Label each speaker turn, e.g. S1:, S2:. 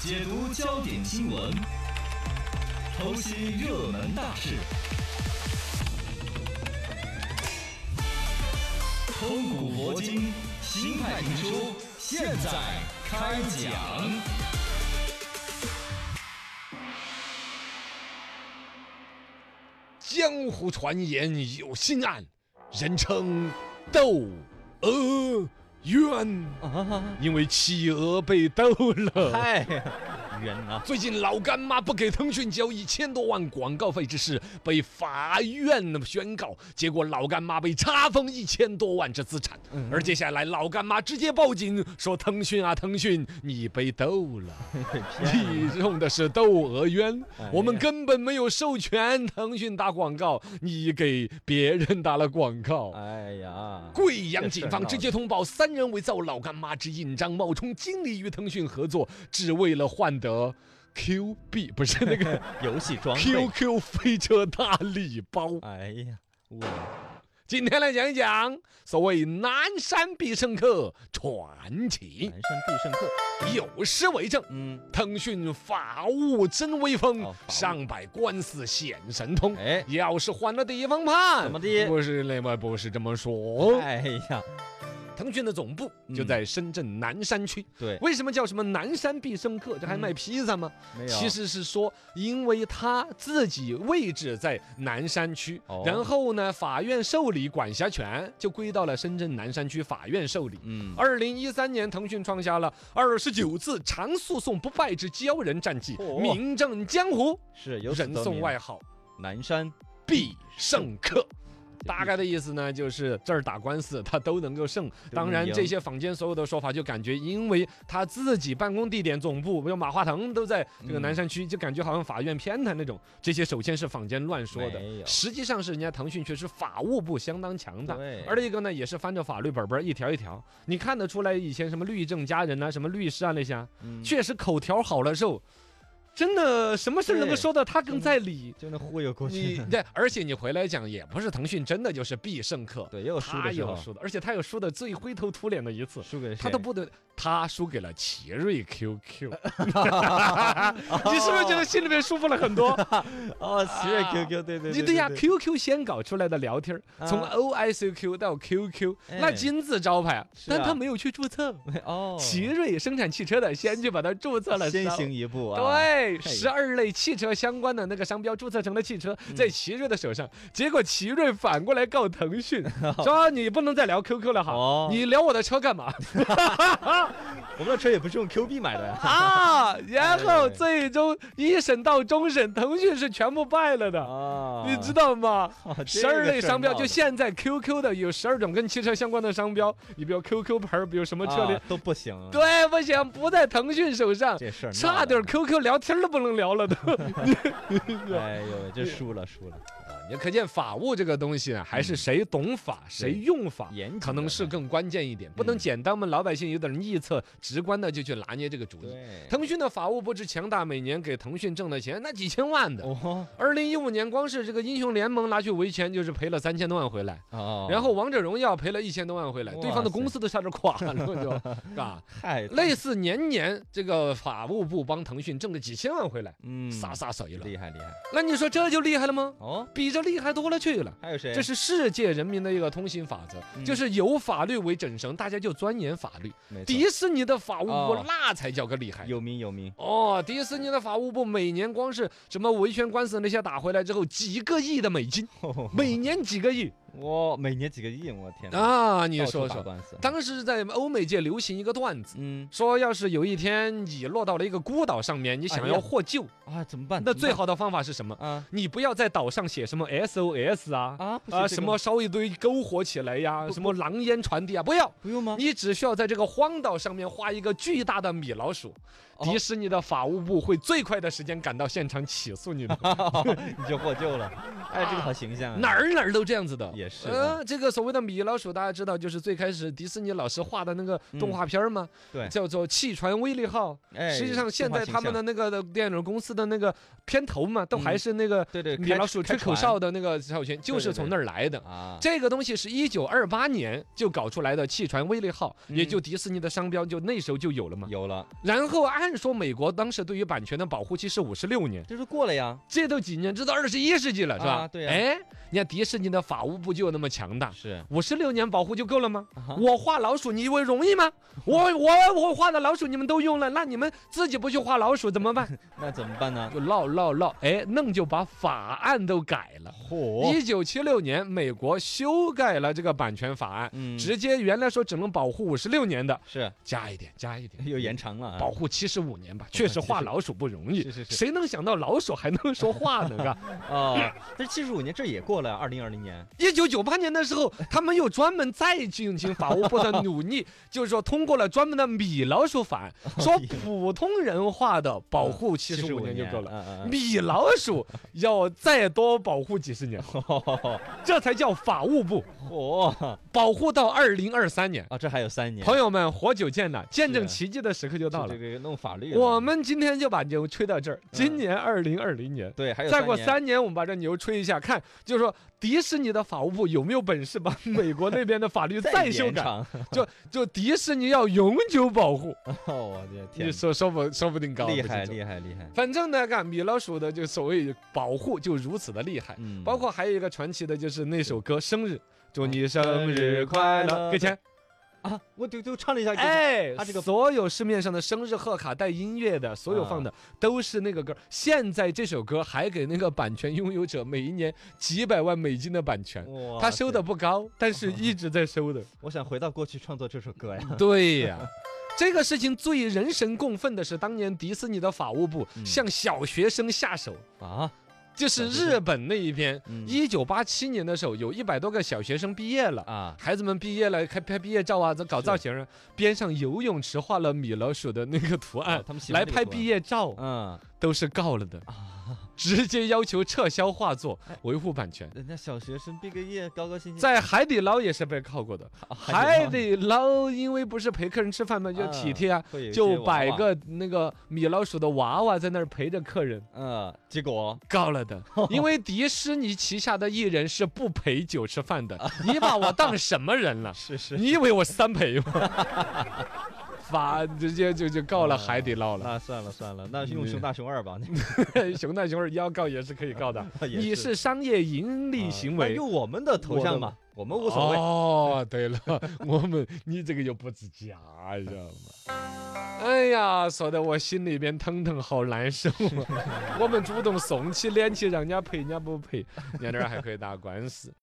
S1: 解读焦点新闻，剖析热门大事，通古博今，新派评书，现在开讲。
S2: 江湖传言有新案，人称窦娥冤，
S3: 啊，
S2: 因为企鹅被斗了。
S3: 嗨，冤啊！
S2: 最近老干妈不给腾讯交一千多万广告费之事被法院宣告，结果老干妈被查封一千多万之资产，
S3: 嗯
S2: 而接下来老干妈直接报警说腾讯啊腾讯，你被斗了。
S3: 被骗了
S2: 你用的是窦娥冤
S3: 哎呀，
S2: 我们根本没有授权腾讯打广告，你给别人打了广告。
S3: 哎呀，
S2: 贵阳
S3: 这
S2: 警
S3: 事儿闹
S2: 方
S3: 得
S2: 直接通报三人伪造老干妈之印章，冒充经理与腾讯合作，只为了换得 Q 币，不是 那个
S3: 游戏装备。
S2: QQ 飞车大礼包。
S3: 哎呀，我
S2: 今天来讲一讲所谓南山必胜客传奇，
S3: 南山必胜客。
S2: 有诗为证。
S3: 嗯，
S2: 腾讯法务真威风，
S3: 哦法务
S2: 上百官司显神通。
S3: 哎，
S2: 要是换了地方判，
S3: 怎么的
S2: 不是那么不是这么说。
S3: 哎呀，
S2: 腾讯的总部就
S3: 嗯
S2: 在深圳南山区。
S3: 对，
S2: 为什么叫什么南山必胜客？这还卖披萨吗？
S3: 没有。
S2: 其实是说，因为他自己位置在南山区，
S3: 哦
S2: 然后呢，法院受理管辖权就归到了深圳南山区法院受理。
S3: 嗯，
S2: 二零一三年，腾讯创下了二十九次长诉讼不败之骄人战绩，
S3: 哦
S2: 名震江湖，
S3: 是有此
S2: 人
S3: 得
S2: 送
S3: 名
S2: 外号
S3: 南山。
S2: “必胜客”。
S3: 必
S2: 大概的意思呢，就是这儿打官司他都能够胜。当然，
S3: 赢
S2: 这些坊间所有的说法，就感觉因为他自己办公地点总部，比如马化腾都在这个
S3: 嗯
S2: 南山区，就感觉好像法院偏袒那种。这些首先是坊间乱说的
S3: 没，有
S2: 实际上是人家腾讯确实法务部相当强大
S3: 对，
S2: 而这个呢也是翻着法律本本儿一条一条，你看得出来以前什么律政佳人呐、什么律师啊那些啊，
S3: 嗯，
S2: 确实口条好了之后，真的什么事儿能够
S3: 对
S2: 说到他
S3: 真
S2: 更
S3: 的
S2: 在理。
S3: 就能忽悠过
S2: 你
S3: 去。
S2: 对，而且你回来讲也不是腾讯真的就是必胜客，
S3: 对，也有输
S2: 他
S3: 的时
S2: 有
S3: 候，
S2: 输的，而且他有输的最灰头土脸的一次，
S3: 输给谁？
S2: 他都不得，他输给了奇瑞 QQ，你是不是觉得心里面舒服了很多？
S3: 哦，奇瑞
S2: 啊
S3: QQ，对对，
S2: 你
S3: 对
S2: 对呀
S3: 对
S2: ，QQ 先搞出来的聊天儿，从
S3: 啊
S2: OICQ 到 QQ，
S3: 哎
S2: 那金字招牌，
S3: 是啊
S2: 但他没有去注册，
S3: 哦，
S2: 奇瑞生产汽车的先去把它注册了，
S3: 先
S2: 然后
S3: 行一步啊。
S2: 对，
S3: 嘿嗯
S2: 十二类汽车相关的那个商标注册成了汽车，在奇瑞的手上，结果奇瑞反过来告腾 讯，说你不能再聊 QQ 了哈
S3: 哦，
S2: 你聊我的车干 嘛
S3: 我们的车也不是用 Q 币买的呀。
S2: 啊？然后
S3: 哎
S2: 最终一审到终审，腾讯是全部败了的，
S3: 啊
S2: 你知道吗？
S3: 道
S2: 十二类商标，就
S3: 现
S2: 现在 QQ 的有十二种跟汽车相关的商标，你比如 QQ 牌儿，比如什么车联，
S3: 啊都不行。，
S2: 对，不行，不在腾讯手上，
S3: 这事儿闹
S2: 差
S3: 的
S2: 点啊儿 QQ 聊天儿都不能聊了都。
S3: 哎呦喂，这输了输了，
S2: 也可见法务这个东西啊，还是谁懂法、谁用法，
S3: 严谨
S2: 可能
S3: 的
S2: 是
S3: 呢
S2: 更关键一点，不能
S3: 嗯
S2: 简单我们老百姓有点臆测、直观的就去拿捏这个主意。
S3: 对，
S2: 腾讯的法务部之强大，每年给腾讯挣的钱那几千万的。
S3: 哦
S2: 二零一五年，光是这个英雄联盟拿去维权，就是赔了三千多万回来，
S3: 哦，
S2: 然后王者荣耀赔了一千多万回来，对方
S3: 哇
S2: 的
S3: 塞
S2: 公司都差点垮了， 就是吧？
S3: 太
S2: 类似年年这个法务部帮腾讯挣个几千万回来，
S3: 嗯
S2: 洒洒水了。
S3: 厉害厉害
S2: 那你说这就厉害了吗？
S3: 哦，
S2: 比这厉害多了去了。
S3: 还有谁？
S2: 这是世界人民的一个通行法则，
S3: 嗯
S2: 就是有法律为准绳，大家就钻研法律。
S3: 没错
S2: 迪士尼的法务部
S3: 哦
S2: 那才叫个厉害。
S3: 有名有名，
S2: 哦，迪士尼的法务部每年光是什么维权官司那些打回来之后，几个亿的美金，每年几个亿
S3: 我每年几个亿，我天哪！
S2: 啊！你
S3: 哎到处
S2: 说
S3: 打
S2: 说，
S3: 官司，
S2: 当时在欧美界流行一个段子，
S3: 嗯
S2: 说要是有一天你落到了一个孤岛上面，你想
S3: 哎
S2: 要
S3: 呀
S2: 获救，
S3: 啊，怎么办？
S2: 那
S3: 怎么
S2: 最好的方法是什么？
S3: 办啊
S2: 你不要在岛上写什么 SOS 啊
S3: 啊 不写这
S2: 啊
S3: 个
S2: 什么烧一堆篝火起来呀，
S3: 不
S2: 什么狼烟传递啊，不要。
S3: 不用 吗？
S2: 你只需要在这个荒岛上面画一个巨大的米老鼠，
S3: 哦
S2: 迪士尼的法务部会最快的时间赶到现场起诉你的。
S3: 你就获救了，哎，这个好形象啊！
S2: 哪儿哪儿都这样子的，
S3: 也是啊
S2: 呃，这个所谓的米老鼠，大家知道，就是最开始迪士尼老师画的那个动画片儿嘛，
S3: 对
S2: 叫做《汽船威力号》。
S3: 哎，
S2: 实际上，现在
S3: 动画形
S2: 他们的
S3: 象
S2: 那个电影公司的那个片头嘛，都还
S3: 嗯
S2: 是那个
S3: 对对
S2: 米
S3: 开
S2: 老鼠
S3: 开
S2: 吹口
S3: 船
S2: 哨的那个小圈，就是
S3: 对对
S2: 从
S3: 对
S2: 那儿来的。
S3: 啊，
S2: 这个东西是一九二八年就搞出来的汽船威力号，也
S3: 嗯
S2: 就迪士尼的商标就那时候就有了嘛。
S3: 有了，
S2: 然后按按说美国当时对于版权的保护期是五十六年，
S3: 这是过了呀，
S2: 这都几年，这都二十一世纪了，是吧？
S3: 啊对呀
S2: 哎，你看迪士尼的法务部就有那么强大，
S3: 是
S2: 五十六年保护就够了吗？
S3: 啊
S2: 我画老鼠，你以为容 易吗？我我我画的老鼠你们都用了，那你们自己不去画老鼠怎么办？
S3: 那怎么办呢？
S2: 就闹闹闹，哎，弄就把法案都改了。
S3: 嚯，
S2: 一九七六年，美国修改了这个版权法案，
S3: 嗯
S2: 直接原来说只能保护五十六年的，
S3: 是
S2: 加一点，加一 点，
S3: 又延长了啊
S2: 保，护七十五 年吧。确实画老鼠不容易，
S3: 是是是
S2: 谁能想到老鼠还能说话呢？嘎，
S3: 哦，但是七十五年这也过了，二零二零年
S2: 一九九八年的时候，他们又专门再进行法务部的努力，就是说通过了专门的米老鼠法 案，
S3: 哎
S2: 说普通人化的保
S3: 嗯
S2: 护七十五年就够了。
S3: 了
S2: 米老鼠要再多保护几十年，
S3: 嗯
S2: 这才叫法务部
S3: 嚯
S2: 保护到二零二三年。
S3: 啊，这还有三年，
S2: 朋友们，活久见了，见证
S3: 是
S2: 奇迹的时刻就到
S3: 就
S2: 了
S3: 这。个弄法律了，
S2: 我们今天就把牛吹到这儿。今年二零二零年，
S3: 对还有
S2: 再过
S3: 年
S2: 三年，我们把这牛吹一下，看就是说迪士尼的法务部有没有本 事把美国那边的法律再
S3: 延
S2: 修改，
S3: 长，
S2: 就就迪士尼要永久保护。
S3: 哦我的天
S2: 你，说说不说不定高，
S3: 厉
S2: 不清
S3: 害
S2: 楚
S3: 厉害厉害，
S2: 反正呢，看米老鼠的就所谓保护就如此的厉害。
S3: 嗯
S2: 包括还有一个传奇的，就是那首歌《生日》，祝你生
S3: 生
S2: 日
S3: 日
S2: 快
S3: 快
S2: 乐，
S3: 乐
S2: 给钱。
S3: 啊，我就就唱了一下，
S2: 哎，
S3: 他这个
S2: 所有市面上的生日贺卡带音乐的，所有
S3: 啊
S2: 放的都是那个歌。现在这首歌还给那个版权拥有者每一年几百万美金的版权。
S3: 哇
S2: 他收的
S3: 塞，
S2: 不高，但是一直在收 的。
S3: 我想回到过去创作这首歌呀，
S2: 对呀、这个事情最人神共愤的是，当年迪士尼的法务部
S3: 嗯
S2: 向小学生下手，
S3: 啊，
S2: 就是
S3: 小学生
S2: 日本那一边。
S3: 嗯
S2: 一九八七年的时候，有一百多个小学生毕业了。
S3: 啊，
S2: 孩子们毕业了，拍拍毕业照啊，这搞造型啊，边上游泳池画了米老鼠的那个图案
S3: 哦，他们喜欢
S2: 来
S3: 这个
S2: 拍
S3: 图
S2: 毕
S3: 案啊
S2: 业照，
S3: 嗯，
S2: 都是告了的，直接要求撤销画作，
S3: 哎
S2: 维护版权。
S3: 人家嗯小学生毕个业，高高兴兴，
S2: 在海底捞也是被告过的，
S3: 啊
S2: 海
S3: 得
S2: 底捞因为不是陪客人吃饭嘛，就体贴啊，
S3: 会有一些
S2: 就
S3: 娃
S2: 摆
S3: 娃，
S2: 个那个米老鼠的娃娃在那儿陪着客人，
S3: 嗯，结果
S2: 告了的。因为迪士尼旗下的艺人是不陪酒吃饭的，你把我当什么人 了？
S3: 是 是，
S2: 你以为我是三陪吗？ 法直接就就告了海底捞了，
S3: 那啊算了算了，那用
S2: 嗯
S3: 熊大熊二吧，
S2: 熊大熊二要告也是可以告的，
S3: 啊 那也
S2: 你是商业盈利
S3: 啊
S2: 行
S3: 那
S2: 为。
S3: 用我们的头像嘛，我们无所谓。
S2: 哦，对了，我们你这个又不值家，你知道吗？哎呀，说的我心里边腾腾，好难受 啊！我们主动送起脸去，让人家赔，人家不赔，人家这儿还可以打官司。